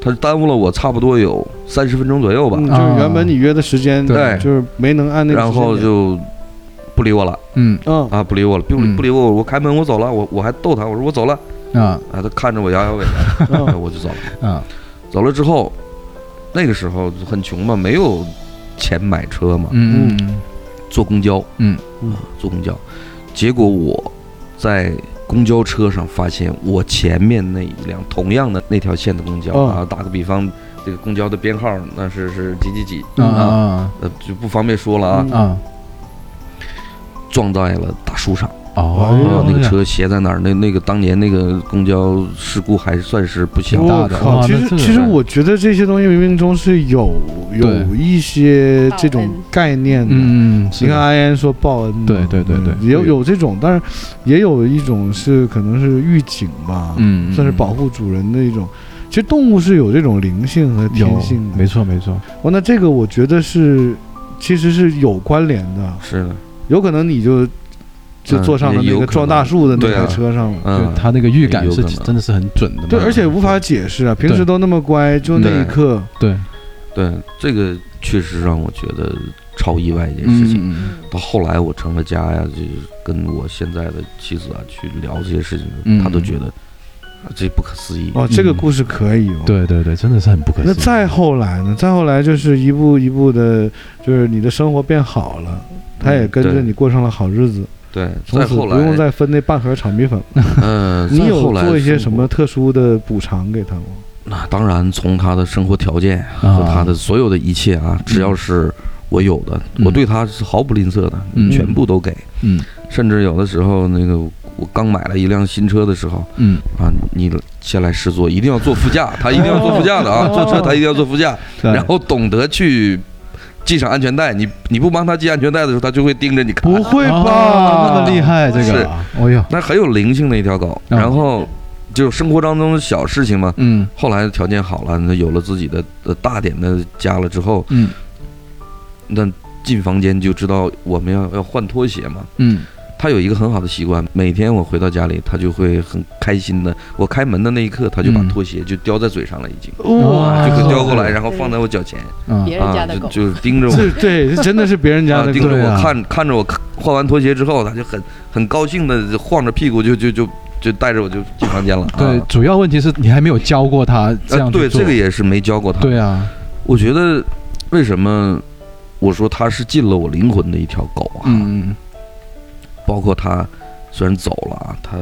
Speaker 1: 他耽误了我差不多有三十分钟左右吧，啊
Speaker 3: 嗯就是原本你约的时间，
Speaker 1: 对
Speaker 3: 就是没能按那个时
Speaker 1: 然
Speaker 3: 间点。
Speaker 1: 后就不理我了
Speaker 2: 嗯
Speaker 3: 嗯，
Speaker 1: 啊，不理我了，不理
Speaker 2: 嗯
Speaker 1: 不理我，我开门我走了，我我还逗他，我说我走了
Speaker 2: 啊
Speaker 1: 啊，他看着我摇摇尾，
Speaker 2: [laughs]
Speaker 1: 哎
Speaker 3: 嗯
Speaker 1: 我就走了。
Speaker 2: 啊
Speaker 1: 走了之后，那个时候很穷嘛，没有钱买车嘛，
Speaker 2: 嗯嗯
Speaker 1: 坐公交，
Speaker 2: 嗯
Speaker 3: 嗯
Speaker 1: 啊，坐公交。结果我在公交车上发现，我前面那一辆同样的那条线的公交、
Speaker 3: 哦
Speaker 1: 啊，打个比方，这个公交的编号那是是几几几
Speaker 2: 嗯啊
Speaker 1: 呃，就不方便说了啊，
Speaker 2: 啊啊
Speaker 1: 撞在了大树上。
Speaker 2: 哦
Speaker 1: 啊，那个车斜在那儿，那那个当年那个公交事故还算是不小
Speaker 2: 挺大
Speaker 3: 我
Speaker 2: 的
Speaker 3: 靠，
Speaker 2: 哇
Speaker 3: 其实
Speaker 2: 那这个
Speaker 3: 其实我觉得这些东西冥冥中是有有
Speaker 2: 对
Speaker 3: 一些这
Speaker 4: 报
Speaker 3: 种
Speaker 4: 恩
Speaker 3: 概念的。
Speaker 2: 嗯，
Speaker 3: 你看阿燕说报恩嘛，
Speaker 2: 对对对对
Speaker 3: 嗯也有有这种，但是也有一种是可能是预警吧，
Speaker 2: 嗯
Speaker 3: 算是保护主人的一种。其实动物是有这种灵性和
Speaker 2: 嗯有
Speaker 3: 天性的
Speaker 2: 没，错没错，
Speaker 3: 哇，那这个我觉得是其实是有关联的，
Speaker 1: 是的，
Speaker 3: 有可能你就就
Speaker 1: 嗯
Speaker 3: 坐上了
Speaker 1: 也
Speaker 3: 那
Speaker 1: 有
Speaker 3: 个
Speaker 1: 可
Speaker 3: 撞
Speaker 1: 能
Speaker 3: 大树的那
Speaker 1: 对
Speaker 3: 台
Speaker 1: 啊
Speaker 3: 车上了。
Speaker 2: 就
Speaker 1: 嗯，
Speaker 2: 他那个预感
Speaker 1: 有
Speaker 2: 是
Speaker 1: 可能
Speaker 2: 真的是很准的嘛，
Speaker 3: 对，而且无法解释啊！平时
Speaker 2: 嗯对
Speaker 3: 都那么乖，就那一
Speaker 1: 对
Speaker 3: 刻，
Speaker 2: 对，
Speaker 1: 对这个确实让我觉得超意外一件事情。
Speaker 2: 嗯
Speaker 1: 到后来我成了家呀，就是跟我现在的妻子啊去聊这些事情，
Speaker 2: 嗯
Speaker 1: 她都觉得啊这不可思议。
Speaker 3: 哦，这个
Speaker 2: 嗯
Speaker 3: 故事可以哦。。
Speaker 2: 对对对，真的是很不可思议。
Speaker 3: 那再后来呢？再后来就是一步一步的，就是你的生活变好了，他也跟着
Speaker 1: 对
Speaker 3: 你过上了好日子，
Speaker 1: 嗯对，
Speaker 3: 从
Speaker 1: 再
Speaker 3: 此
Speaker 1: 后
Speaker 3: 不
Speaker 1: 来，
Speaker 3: 用再分那半盒炒米粉了。 [laughs]
Speaker 1: 嗯，
Speaker 3: 你
Speaker 1: 再
Speaker 3: 有
Speaker 1: 后来
Speaker 3: 做一些
Speaker 1: 生
Speaker 3: 什
Speaker 1: 活
Speaker 3: 么？特殊的补偿给他吗？
Speaker 1: 那当然，从她的生活条件
Speaker 2: 啊
Speaker 1: 和她的所有的一切啊，只
Speaker 3: 嗯
Speaker 1: 要是我有的，
Speaker 2: 嗯
Speaker 1: 我对她是毫不吝啬的，
Speaker 2: 嗯
Speaker 1: 全部都给。
Speaker 2: 嗯
Speaker 1: 甚至有的时候，那个我刚买了一辆新车的时候
Speaker 2: 嗯
Speaker 1: 啊，你先来试坐，一定要坐副驾，她一定要坐副驾的啊，
Speaker 3: 哦
Speaker 1: 坐车她一定要坐副驾。
Speaker 2: 对
Speaker 1: 然后懂得去系上安全带。你你不帮他系安全带的时候，他就会盯着你看。
Speaker 3: 不会吧？
Speaker 2: 哦那么厉害这
Speaker 1: 是
Speaker 2: 个啊，哎呦，
Speaker 1: 那很有灵性的一条狗。
Speaker 2: 嗯
Speaker 1: 然后就生活当中的小事情嘛。
Speaker 2: 嗯
Speaker 1: 后来条件好了，那有了自己的呃大点的家了之后，
Speaker 2: 嗯
Speaker 1: 那进房间就知道我们要要换拖鞋嘛。
Speaker 2: 嗯
Speaker 1: 他有一个很好的习惯，每天我回到家里，他就会很开心的。我开门的那一刻，他就把
Speaker 2: 嗯
Speaker 1: 拖鞋就叼在嘴上了，已经
Speaker 2: 哇
Speaker 1: 就
Speaker 2: 哦
Speaker 1: 会叼过来，然后放在我脚前
Speaker 2: 啊
Speaker 4: 别人
Speaker 1: 啊
Speaker 4: 家，的
Speaker 1: 就
Speaker 4: 狗
Speaker 1: 就是盯着我。
Speaker 3: 这对，这真的是别人家
Speaker 1: 啊，
Speaker 3: 的
Speaker 1: 盯
Speaker 3: 狗
Speaker 1: 着我
Speaker 2: 对啊
Speaker 1: 看看着我看换完拖鞋之后，他就很很高兴的晃着屁股就就就就带着我就进房间了。
Speaker 2: 对，
Speaker 1: 啊
Speaker 2: 主要问题是你还没有教过他这
Speaker 1: 呃
Speaker 2: 样
Speaker 1: 对，
Speaker 2: 去做
Speaker 1: 这个也是没教过他。，
Speaker 2: 对啊，
Speaker 1: 我觉得为什么我说他是进了我灵魂的一条狗啊？
Speaker 2: 嗯嗯
Speaker 1: 包括他虽然走了啊，他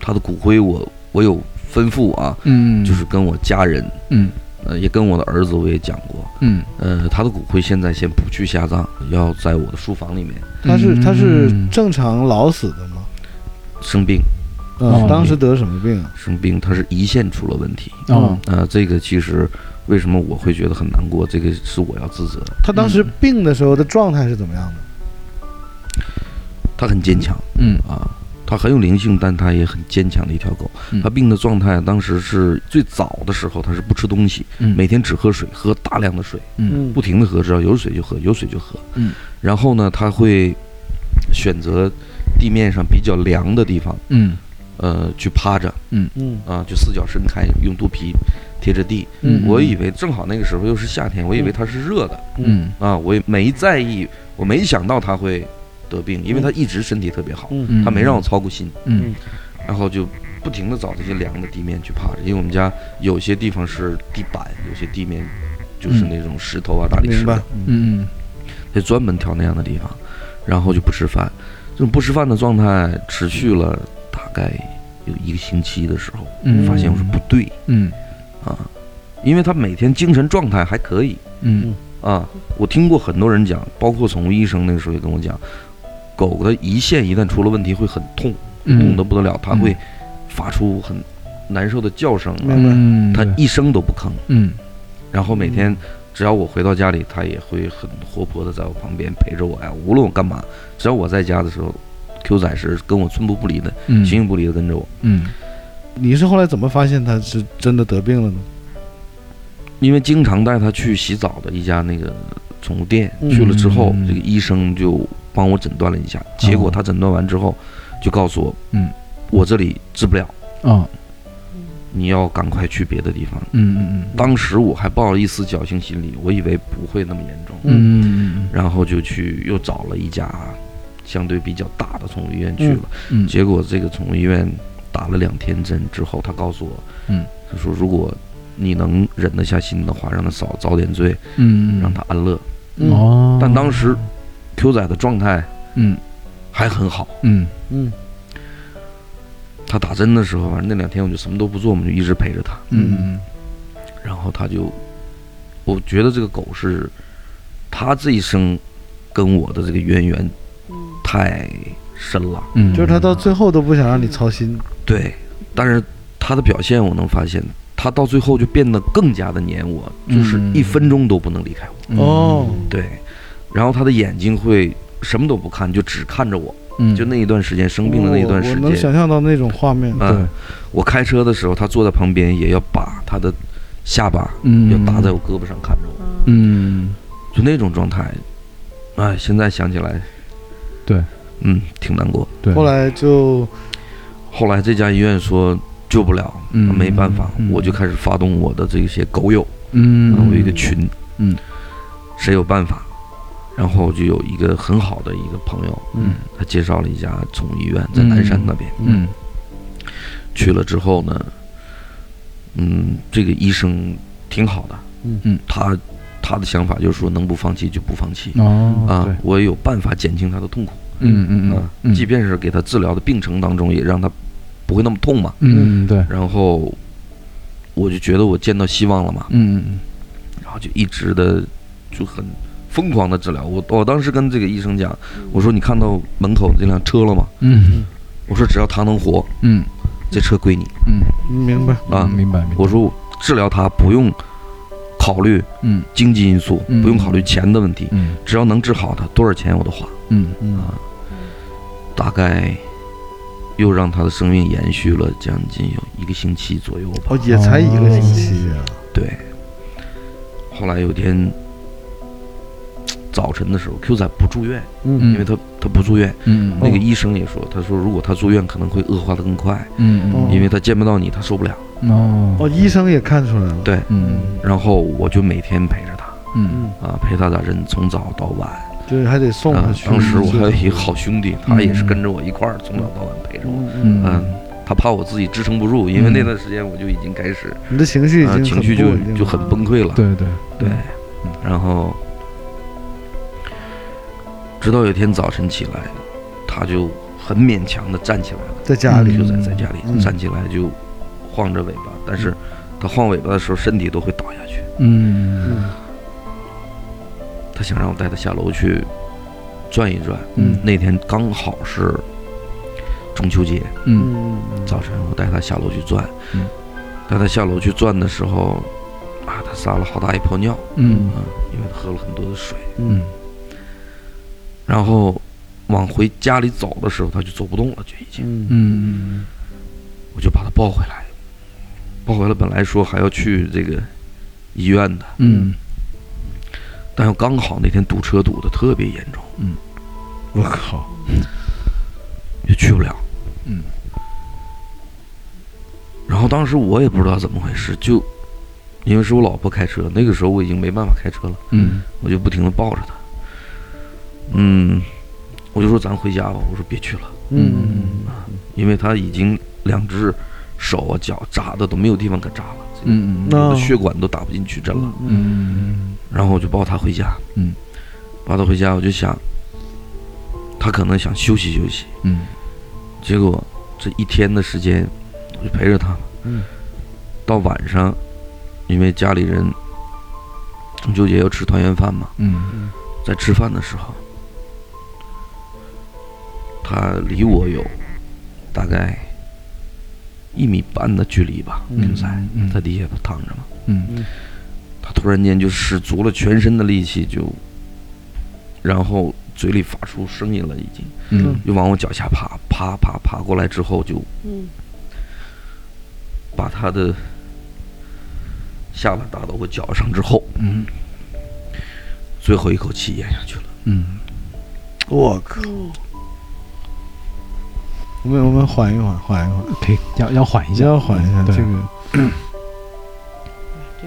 Speaker 1: 他的骨灰我我有吩咐啊，
Speaker 2: 嗯，
Speaker 1: 就是跟我家人，
Speaker 2: 嗯
Speaker 1: 呃，也跟我的儿子我也讲过，
Speaker 2: 嗯，
Speaker 1: 呃，他的骨灰现在先不去下葬，要在我的书房里面
Speaker 3: 他是他是
Speaker 2: 嗯
Speaker 3: 正常老死的吗？
Speaker 1: 生病
Speaker 3: 嗯，
Speaker 2: 哦
Speaker 3: 当时得什么病啊？
Speaker 1: 生病，他是胰腺出了问题。
Speaker 2: 哦
Speaker 1: 呃，这个其实为什么我会觉得很难过，这个是我要自责。
Speaker 3: 他当时病的时候的状态是怎么样的？
Speaker 1: 他很坚强
Speaker 2: 嗯
Speaker 1: 啊，他很有灵性，但他也很坚强的一条狗
Speaker 2: 嗯。
Speaker 1: 他病的状态当时是最早的时候，他是不吃东西，
Speaker 2: 嗯
Speaker 1: 每天只喝水，喝大量的水，
Speaker 2: 嗯
Speaker 1: 不停的喝，只要有水就喝，有水就喝。
Speaker 2: 嗯，
Speaker 1: 然后呢，他会选择地面上比较凉的地方，
Speaker 2: 嗯
Speaker 1: 呃，去趴着
Speaker 3: 嗯
Speaker 1: 啊，就四脚伸开，用肚皮贴着地。
Speaker 2: 嗯
Speaker 1: 我以为正好那个时候又是夏天，我以为他是热的。
Speaker 2: 嗯
Speaker 1: 啊，我也没在意，我没想到他会得病，因为他一直身体特别好，
Speaker 3: 嗯
Speaker 2: 嗯，
Speaker 1: 他没让我操过心，
Speaker 2: 嗯
Speaker 1: 然后就不停的找这些凉的地面去趴着，因为我们家有些地方是地板，有些地面就是那种石头啊、大理石
Speaker 3: 明白
Speaker 1: 的，。
Speaker 2: 嗯
Speaker 1: 就专门挑那样的地方，然后就不吃饭，这种不吃饭的状态持续了大概有一个星期的时候，
Speaker 2: 嗯，
Speaker 1: 发现我说不对
Speaker 2: 嗯
Speaker 1: 啊，因为他每天精神状态还可以，
Speaker 2: 嗯
Speaker 1: 啊，我听过很多人讲，包括宠物医生那个时候也跟我讲，狗的胰腺一旦出了问题会很痛，痛
Speaker 2: 嗯
Speaker 1: 得不得了，它会发出很难受的叫声啊，
Speaker 2: 嗯，
Speaker 1: 它一声都不吭。
Speaker 2: 嗯
Speaker 1: 然后每天只要我回到家里，它也会很活泼的在我旁边陪着我呀，无论我干嘛，只要我在家的时候，Q 仔是跟我寸步不离的，
Speaker 2: 嗯
Speaker 1: 形影不离的跟着我。
Speaker 2: 嗯
Speaker 3: 你是后来怎么发现他是真的得病了呢？
Speaker 1: 因为经常带它去洗澡的一家那个宠物店，
Speaker 3: 嗯
Speaker 1: 去了之后，
Speaker 2: 嗯
Speaker 1: 这个医生就帮我诊断了一下，结果他诊断完之后，就告诉我，
Speaker 2: 嗯，
Speaker 1: 我这里治不了，
Speaker 2: 啊，
Speaker 1: 你要赶快去别的地方。
Speaker 2: 嗯嗯嗯，
Speaker 1: 当时我还抱着一丝侥幸心理，我以为不会那么严重，
Speaker 2: 嗯
Speaker 1: 然后就去又找了一家相对比较大的宠物医院去了。
Speaker 2: 嗯
Speaker 1: 结果这个宠物医院打了两天针之后，他告诉我，
Speaker 2: 嗯，
Speaker 1: 他说如果你能忍得下心的话，让他少遭点罪，
Speaker 2: 嗯，
Speaker 1: 让他安乐。
Speaker 3: 嗯
Speaker 2: 哦，
Speaker 1: 但当时 Q 仔的状态
Speaker 2: 嗯
Speaker 1: 还很好，
Speaker 2: 嗯
Speaker 3: 嗯
Speaker 1: 他打针的时候，反正那两天我就什么都不做，我们就一直陪着他。
Speaker 2: 嗯
Speaker 1: 然后他就，我觉得这个狗是他这一生跟我的这个渊源
Speaker 4: 嗯
Speaker 1: 太深了。
Speaker 2: 嗯，
Speaker 3: 就是他到最后都不想让你操心，
Speaker 1: 对，但是他的表现我能发现，他到最后就变得更加的黏我，就是
Speaker 2: 嗯
Speaker 1: 一分钟都不能离开我。
Speaker 3: 哦
Speaker 1: 对，然后他的眼睛会什么都不看，就只看着我。
Speaker 2: 嗯
Speaker 1: 就那一段时间生病的那一段时
Speaker 3: 我我能
Speaker 1: 间，
Speaker 3: 想象到那种画面。
Speaker 1: 啊、
Speaker 2: 对，
Speaker 1: 我开车的时候，他坐在旁边也要把他的下巴
Speaker 2: 嗯
Speaker 1: 要搭在我胳膊上看着我，
Speaker 2: 嗯
Speaker 1: 就那种状态。哎，现在想起来，
Speaker 2: 对，
Speaker 1: 嗯，挺难过。
Speaker 2: 对，
Speaker 3: 后来就
Speaker 1: 后来这家医院说救不了，
Speaker 2: 嗯
Speaker 1: 没办法，
Speaker 2: 嗯
Speaker 1: 我就开始发动我的这些狗友，
Speaker 2: 嗯
Speaker 1: 我有一个群，
Speaker 2: 嗯，
Speaker 1: 谁有办法，然后就有一个很好的一个朋友，
Speaker 2: 嗯
Speaker 1: 他介绍了一家宠物医院，在南山那边，
Speaker 2: 嗯
Speaker 1: 去了之后呢，嗯，这个医生挺好的，
Speaker 3: 嗯
Speaker 2: 嗯，
Speaker 1: 他他的想法就是说能不放弃就不放
Speaker 3: 嗯
Speaker 1: 弃。
Speaker 2: 哦
Speaker 1: 啊，我有办法减轻他的痛苦
Speaker 2: 嗯嗯
Speaker 1: 啊，
Speaker 2: 嗯，
Speaker 1: 即便是给他治疗的病程当中，也让他不会那么痛嘛。
Speaker 2: 嗯对，
Speaker 1: 然后我就觉得我见到希望了嘛，
Speaker 2: 嗯
Speaker 1: 然后就一直的就很疯狂的治疗。我我当时跟这个医生讲，我说你看到门口这辆车了吗？
Speaker 2: 嗯
Speaker 1: 我说只要他能活，
Speaker 2: 嗯
Speaker 1: 这车归你
Speaker 2: 嗯
Speaker 3: 明白，
Speaker 1: 啊。
Speaker 2: 明白明白，
Speaker 1: 我说我治疗他不用考虑
Speaker 2: 嗯
Speaker 1: 经济因素，
Speaker 2: 嗯
Speaker 1: 不用考虑钱的问题，
Speaker 2: 嗯
Speaker 1: 只要能治好他，多少钱我都花。
Speaker 2: 嗯
Speaker 3: 嗯
Speaker 1: 啊大概又让他的生命延续了将近有一个星期左右吧。
Speaker 3: 哦，也才一个星期
Speaker 1: 哦
Speaker 3: 啊，
Speaker 1: 对，后来有一天早晨的时候，Q 仔不住院，
Speaker 3: 嗯
Speaker 1: 因为他他不住院，
Speaker 2: 嗯
Speaker 1: 那个医生也说，他说如果他住院可能会恶化的更快，
Speaker 2: 嗯
Speaker 1: 因为他见不到你，他受不了。
Speaker 2: 哦
Speaker 3: 哦，医生也看出来了，
Speaker 1: 对，
Speaker 2: 嗯
Speaker 1: 然后我就每天陪着他
Speaker 2: 嗯
Speaker 3: 嗯，
Speaker 1: 啊，陪他打针，从早到晚
Speaker 3: 就是还得送
Speaker 1: 啊
Speaker 3: 他。去。嗯
Speaker 1: 当时我还有一
Speaker 3: 一
Speaker 1: 个好兄弟，他也是跟着我一块儿从早到晚陪着我。
Speaker 3: 嗯，
Speaker 2: 嗯
Speaker 1: 他怕我自己支撑不住，因为那段时间我就已经开始
Speaker 3: 你的情嗯绪已
Speaker 1: 啊
Speaker 3: 经
Speaker 1: 情绪
Speaker 3: 很不
Speaker 1: 就
Speaker 3: 稳定了
Speaker 1: 就很崩溃了。
Speaker 2: 对对
Speaker 1: 对
Speaker 2: 嗯，
Speaker 1: 然后直到有一天早晨起来，他就很勉强的站起来了，
Speaker 3: 在家里
Speaker 1: 就在在家里
Speaker 3: 嗯
Speaker 1: 站起来就晃着尾巴，但是他晃尾巴的时候身体都会倒下去。
Speaker 2: 嗯
Speaker 3: 嗯
Speaker 1: 他想让我带他下楼去转一转。
Speaker 2: 嗯
Speaker 1: 那天刚好是中秋节
Speaker 2: 嗯
Speaker 3: 嗯
Speaker 1: 早晨，我带他下楼去转
Speaker 2: 嗯，
Speaker 1: 带他下楼去转的时候，啊，他撒了好大一泡尿，
Speaker 2: 嗯
Speaker 1: 因为他喝了很多的水。
Speaker 2: 嗯
Speaker 1: 然后往回家里走的时候，他就走不动了，就已经，
Speaker 3: 嗯
Speaker 2: 嗯
Speaker 1: 我就把他抱回来，抱回来本来说还要去这个医院的，
Speaker 2: 嗯
Speaker 1: 但又刚好那天堵车堵的特别严重，
Speaker 3: 我靠，
Speaker 1: 就去不了，
Speaker 2: 嗯。
Speaker 1: 然后当时我也不知道怎么回事，就因为是我老婆开车，那个时候我已经没办法开车了，
Speaker 2: 嗯
Speaker 1: 我就不停的抱着他，嗯，我就说咱回家吧，我说别去了，
Speaker 2: 嗯
Speaker 1: 因为他已经两只手啊脚扎的都没有地方可扎了。
Speaker 2: 嗯
Speaker 1: 我
Speaker 3: 那
Speaker 1: 的血管都打不进去针了。
Speaker 3: 嗯
Speaker 2: 嗯
Speaker 1: 然后我就抱他回家，
Speaker 2: 嗯，
Speaker 1: 抱他回家，我就想，他可能想休息休息。
Speaker 2: 嗯
Speaker 1: 结果这一天的时间，我就陪着他了。
Speaker 3: 嗯，
Speaker 1: 到晚上，因为家里人中秋节要吃团圆饭嘛，
Speaker 2: 嗯
Speaker 1: 在吃饭的时候，他离我有大概一米半的距离吧，
Speaker 3: 嗯
Speaker 1: 就在
Speaker 2: 嗯
Speaker 1: 在地下躺着嘛。
Speaker 2: 嗯
Speaker 1: 他突然间就使足了全身的力气，就，然后嘴里发出声音了，已经
Speaker 2: 嗯
Speaker 1: 又往我脚下爬，爬爬爬过来之后，就
Speaker 4: 嗯
Speaker 1: 把他的下巴打到我脚上之后，
Speaker 2: 嗯
Speaker 1: 最后一口气咽下去了。
Speaker 2: 嗯
Speaker 3: 我靠，我们我们缓一缓，缓一缓，
Speaker 2: 可以要要缓一下，
Speaker 3: 要缓一下
Speaker 2: 嗯对
Speaker 3: 这个。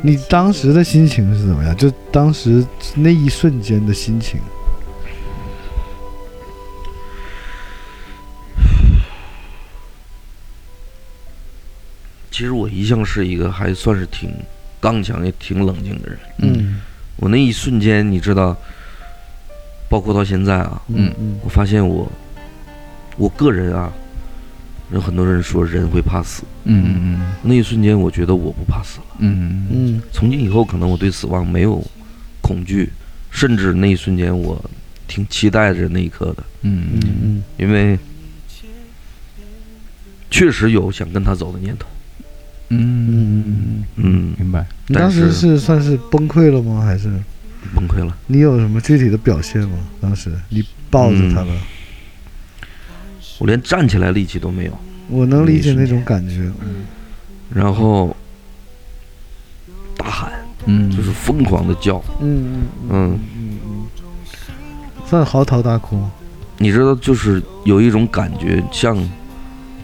Speaker 3: 你当时的心情是怎么样？就当时那一瞬间的心情，
Speaker 1: 其实我一向是一个还算是挺刚强也挺冷静的人。
Speaker 2: 嗯
Speaker 1: 我那一瞬间，你知道，包括到现在啊，
Speaker 3: 嗯嗯
Speaker 1: 我发现我，我个人啊，有很多人说人会怕死，
Speaker 2: 嗯嗯
Speaker 1: 那一瞬间我觉得我不怕死了。
Speaker 2: 嗯嗯
Speaker 3: 嗯
Speaker 1: 从今以后，可能我对死亡没有恐惧，甚至那一瞬间我挺期待着那一刻的，
Speaker 2: 嗯嗯
Speaker 3: 嗯
Speaker 1: 因为确实有想跟他走的念头。
Speaker 2: 嗯嗯，
Speaker 1: 嗯，
Speaker 2: 明白。
Speaker 3: 你当时
Speaker 1: 但是
Speaker 3: 是算是崩溃了吗？还是
Speaker 1: 崩溃了。
Speaker 3: 你有什么具体的表现吗？当时你抱着他了，
Speaker 1: 我连站起来力气都没有。
Speaker 3: 我能理解那种感觉。嗯
Speaker 1: 然后大喊，
Speaker 2: 嗯，
Speaker 1: 就是疯狂的叫。
Speaker 3: 嗯
Speaker 1: 嗯，
Speaker 3: 嗯嗯，算嚎啕大哭。
Speaker 1: 你知道，就是有一种感觉，像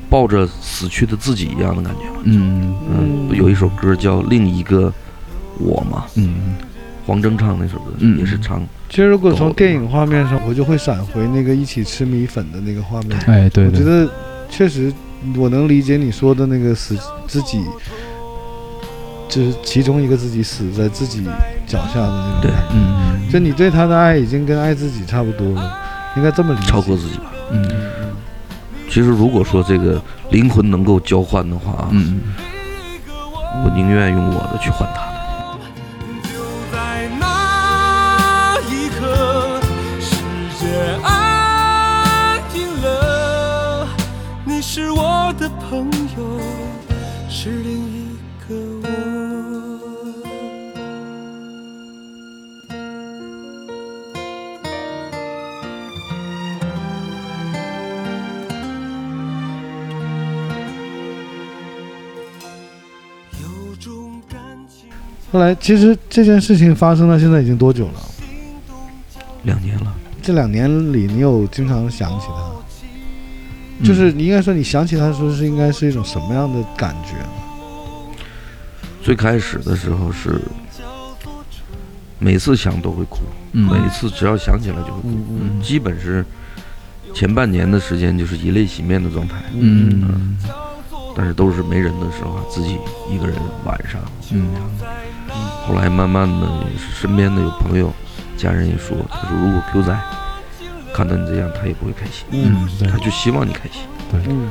Speaker 1: 抱着死去的自己一样的感觉吗？
Speaker 2: 嗯
Speaker 1: 嗯，有一首歌叫《另一个我》嘛，
Speaker 2: 嗯
Speaker 1: 黄征唱那首歌
Speaker 2: 嗯
Speaker 1: 也是唱。
Speaker 3: 其实如果从电影画面上，我就会闪回那个一起吃米粉的那个画面。
Speaker 2: 哎，对
Speaker 3: 我觉
Speaker 2: 对，
Speaker 3: 得确实，我能理解你说的那个死自己，就是其中一个自己死在自己脚下的那种
Speaker 1: 对
Speaker 3: 感
Speaker 2: 嗯
Speaker 3: 觉。就你对他的爱已经跟爱自己差不多了，应该这么理解。
Speaker 1: 超过自己吧。
Speaker 2: 嗯
Speaker 1: 其实，如果说这个灵魂能够交换的话啊，
Speaker 2: 嗯
Speaker 1: 我宁愿用我的去换他的。
Speaker 6: 就在那一刻，世界安静了。你是我的朋友，是另一个我。有种感情。
Speaker 3: 后来，其实这件事情发生到现在已经多久了？
Speaker 1: 两年了，
Speaker 3: 这两年里，你有经常想起他？
Speaker 2: 嗯，
Speaker 3: 就是你应该说，你想起他的时候是应该是一种什么样的感觉？
Speaker 1: 最开始的时候是每次想都会哭，
Speaker 2: 嗯
Speaker 1: 每次只要想起来就会哭。
Speaker 3: 嗯嗯
Speaker 1: 基本是前半年的时间就是以泪洗面的状态，
Speaker 2: 嗯
Speaker 1: 但是都是没人的时候啊，自己一个人晚上。
Speaker 2: 嗯
Speaker 1: 后来慢慢的，也是身边的有朋友、家人也说，他说如果 Q 仔看到你这样，他也不会开心，
Speaker 2: 嗯对
Speaker 1: 他就希望你开心。
Speaker 3: 嗯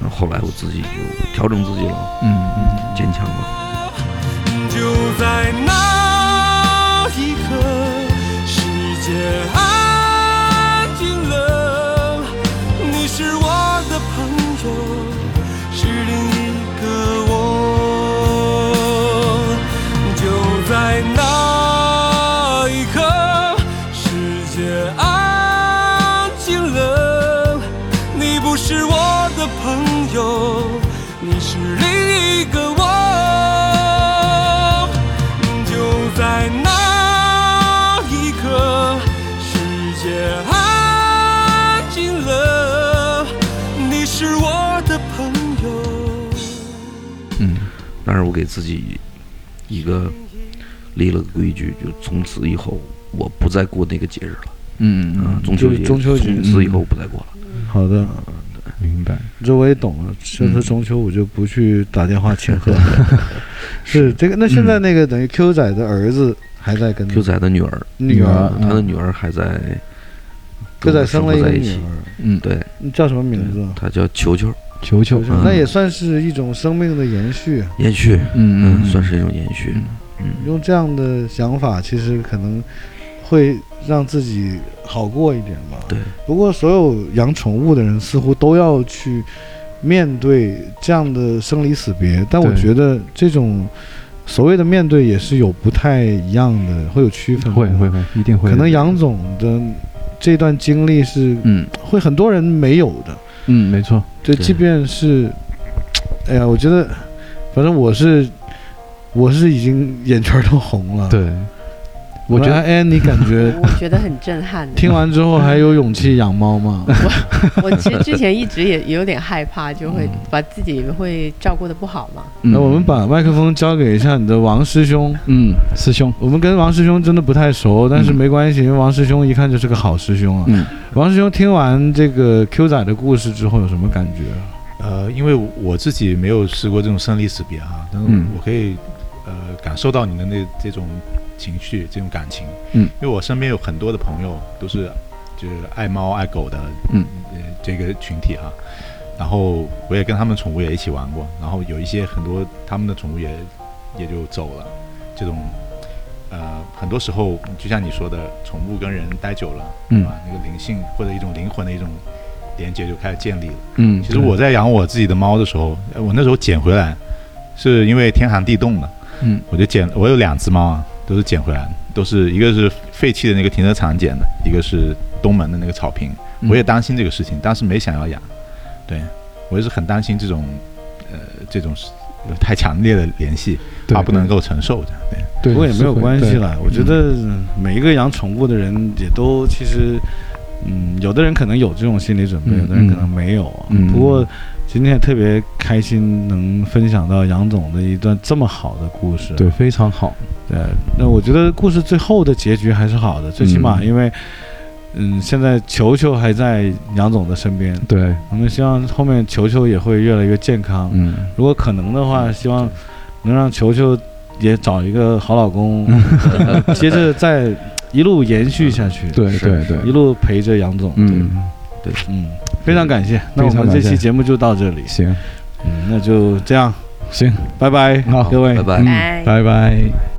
Speaker 1: 然后后来我自己就调整自己了，
Speaker 2: 嗯
Speaker 1: 坚强了。
Speaker 6: 就在那一刻，世界安静了。你是我的朋友，是另一个我。就在那一刻，世界安静了。你不是我的朋友，你是另一个我。就在那一刻，世界安静了。你是我的朋友，
Speaker 2: 嗯
Speaker 1: 但是我给自己一个立了个规矩，就从此以后我不再过那个节日了
Speaker 2: 嗯
Speaker 1: 啊，
Speaker 2: 嗯，
Speaker 1: 中秋
Speaker 3: 就是
Speaker 1: 节，
Speaker 3: 中秋节嗯
Speaker 1: 从此以后我不再过了。
Speaker 3: 好的，
Speaker 2: 明白。
Speaker 3: 这我也懂了。这次中秋我就不去打电话庆贺。
Speaker 1: 嗯
Speaker 3: [laughs] 是这个，那现在那个等于 Q 仔的儿子还在跟
Speaker 1: Q 仔的女儿，
Speaker 3: 嗯女儿
Speaker 2: 嗯
Speaker 1: 他的女儿还在嗯
Speaker 3: ，Q
Speaker 1: 跟
Speaker 3: 仔
Speaker 1: 我生
Speaker 3: 生
Speaker 1: 活
Speaker 3: 了一个
Speaker 1: 在一
Speaker 3: 女
Speaker 1: 起，
Speaker 3: 儿，
Speaker 2: 嗯，
Speaker 1: 对，
Speaker 3: 你叫什么名字？
Speaker 1: 她叫球球，
Speaker 2: 球球，
Speaker 1: 嗯
Speaker 3: 那也算是一种生命的延续。啊
Speaker 1: 延续，
Speaker 2: 嗯
Speaker 1: 嗯，
Speaker 2: 嗯，
Speaker 1: 算是一种延续，嗯，
Speaker 3: 用这样的想法，其实可能会让自己好过一点吧。
Speaker 1: 对。
Speaker 3: 不过，所有养宠物的人似乎都要去面对这样的生离死别，但我
Speaker 2: 对
Speaker 3: 觉得这种所谓的面对也是有不太一样的，会有区分。
Speaker 2: 会会，会，一定会。
Speaker 3: 可能杨总的这段经历是
Speaker 2: 嗯
Speaker 3: 会很多人没有的。
Speaker 2: 嗯，没错，
Speaker 3: 对，
Speaker 1: 对
Speaker 3: 即便是，哎呀，我觉得，嗯反正我是，我是已经眼圈都红了。
Speaker 2: 对，我觉得
Speaker 3: 哎，哎你感
Speaker 2: [laughs]
Speaker 3: 觉
Speaker 4: 我觉得很震撼。
Speaker 3: 听完之后还有勇气养猫吗？
Speaker 2: 嗯
Speaker 4: 我其实之前一直也也有点害怕，就
Speaker 3: 嗯
Speaker 4: 会把自己会照顾的不好嘛。
Speaker 2: 嗯
Speaker 3: 那我们把麦克风交给一下你的王师兄。
Speaker 2: 嗯，师兄，
Speaker 3: 我们跟王师兄真的不太熟，但是
Speaker 2: 嗯
Speaker 3: 没关系，因为王师兄一看就是个好师兄啊。
Speaker 2: 嗯
Speaker 3: 王师兄听完这个 Q 仔的故事之后有什么感觉？
Speaker 5: 呃，因为我自己没有试过这种生离死别啊，但是
Speaker 2: 嗯
Speaker 5: 我可以呃感受到你的那这种情绪、这种感情。
Speaker 2: 嗯，
Speaker 5: 因为我身边有很多的朋友都是就是爱猫爱狗的，
Speaker 2: 嗯
Speaker 5: 呃这个群体啊。然后我也跟他们宠物也一起玩过，然后有一些很多他们的宠物也也就走了。这种呃，很多时候就像你说的，宠物跟人待久了，
Speaker 2: 嗯
Speaker 5: 是吧？那个灵性或者一种灵魂的一种连接就开始建立了。
Speaker 2: 嗯，
Speaker 5: 其实我在养我自己的猫的时候，呃我那时候捡回来，是因为天寒地冻的，
Speaker 2: 嗯，
Speaker 5: 我就捡，我有两只猫啊，都是捡回来的，都是一个是废弃的那个停车场捡的，一个是东门的那个草坪。
Speaker 2: 嗯
Speaker 5: 我也担心这个事情，当时没想要养，对我也是很担心这种，呃，这种是有太强烈的联系，
Speaker 2: 对
Speaker 5: 怕不能够承受这样。
Speaker 2: 对
Speaker 5: 对，
Speaker 3: 不过也没有关系，了。我觉
Speaker 5: 嗯
Speaker 3: 得每一个养宠物的人也都其实，嗯，有的人可能有这种心理准备，
Speaker 2: 嗯
Speaker 3: 有的人可能没有。啊
Speaker 2: 嗯
Speaker 3: 不过今天也特别开心能分享到杨总的一段这么好的故事。
Speaker 2: 对，非常好，
Speaker 3: 对，那我觉得故事最后的结局还是好的，最起码
Speaker 2: 嗯
Speaker 3: 因为。嗯，现在球球还在杨总的身边，
Speaker 2: 对，
Speaker 3: 我们希望后面球球也会越来越健康。
Speaker 2: 嗯，
Speaker 3: 如果可能的话，希望能让球球也找一个好老公，
Speaker 2: 嗯
Speaker 3: 呃接着再一路延续下去，
Speaker 2: [laughs] 对
Speaker 1: 是
Speaker 2: 对
Speaker 1: 是
Speaker 3: 一
Speaker 2: 对，
Speaker 3: 路陪着杨总。
Speaker 2: 嗯，
Speaker 3: 对嗯，非常感谢。那我
Speaker 2: 非常
Speaker 3: 们
Speaker 2: 感
Speaker 3: 这
Speaker 2: 谢
Speaker 3: 期节目就到这里，
Speaker 2: 行
Speaker 3: 嗯，那就这样，
Speaker 2: 行，
Speaker 3: 拜拜，
Speaker 2: 好
Speaker 3: 各位，
Speaker 1: 拜拜。
Speaker 2: 嗯拜
Speaker 4: 拜
Speaker 2: 拜。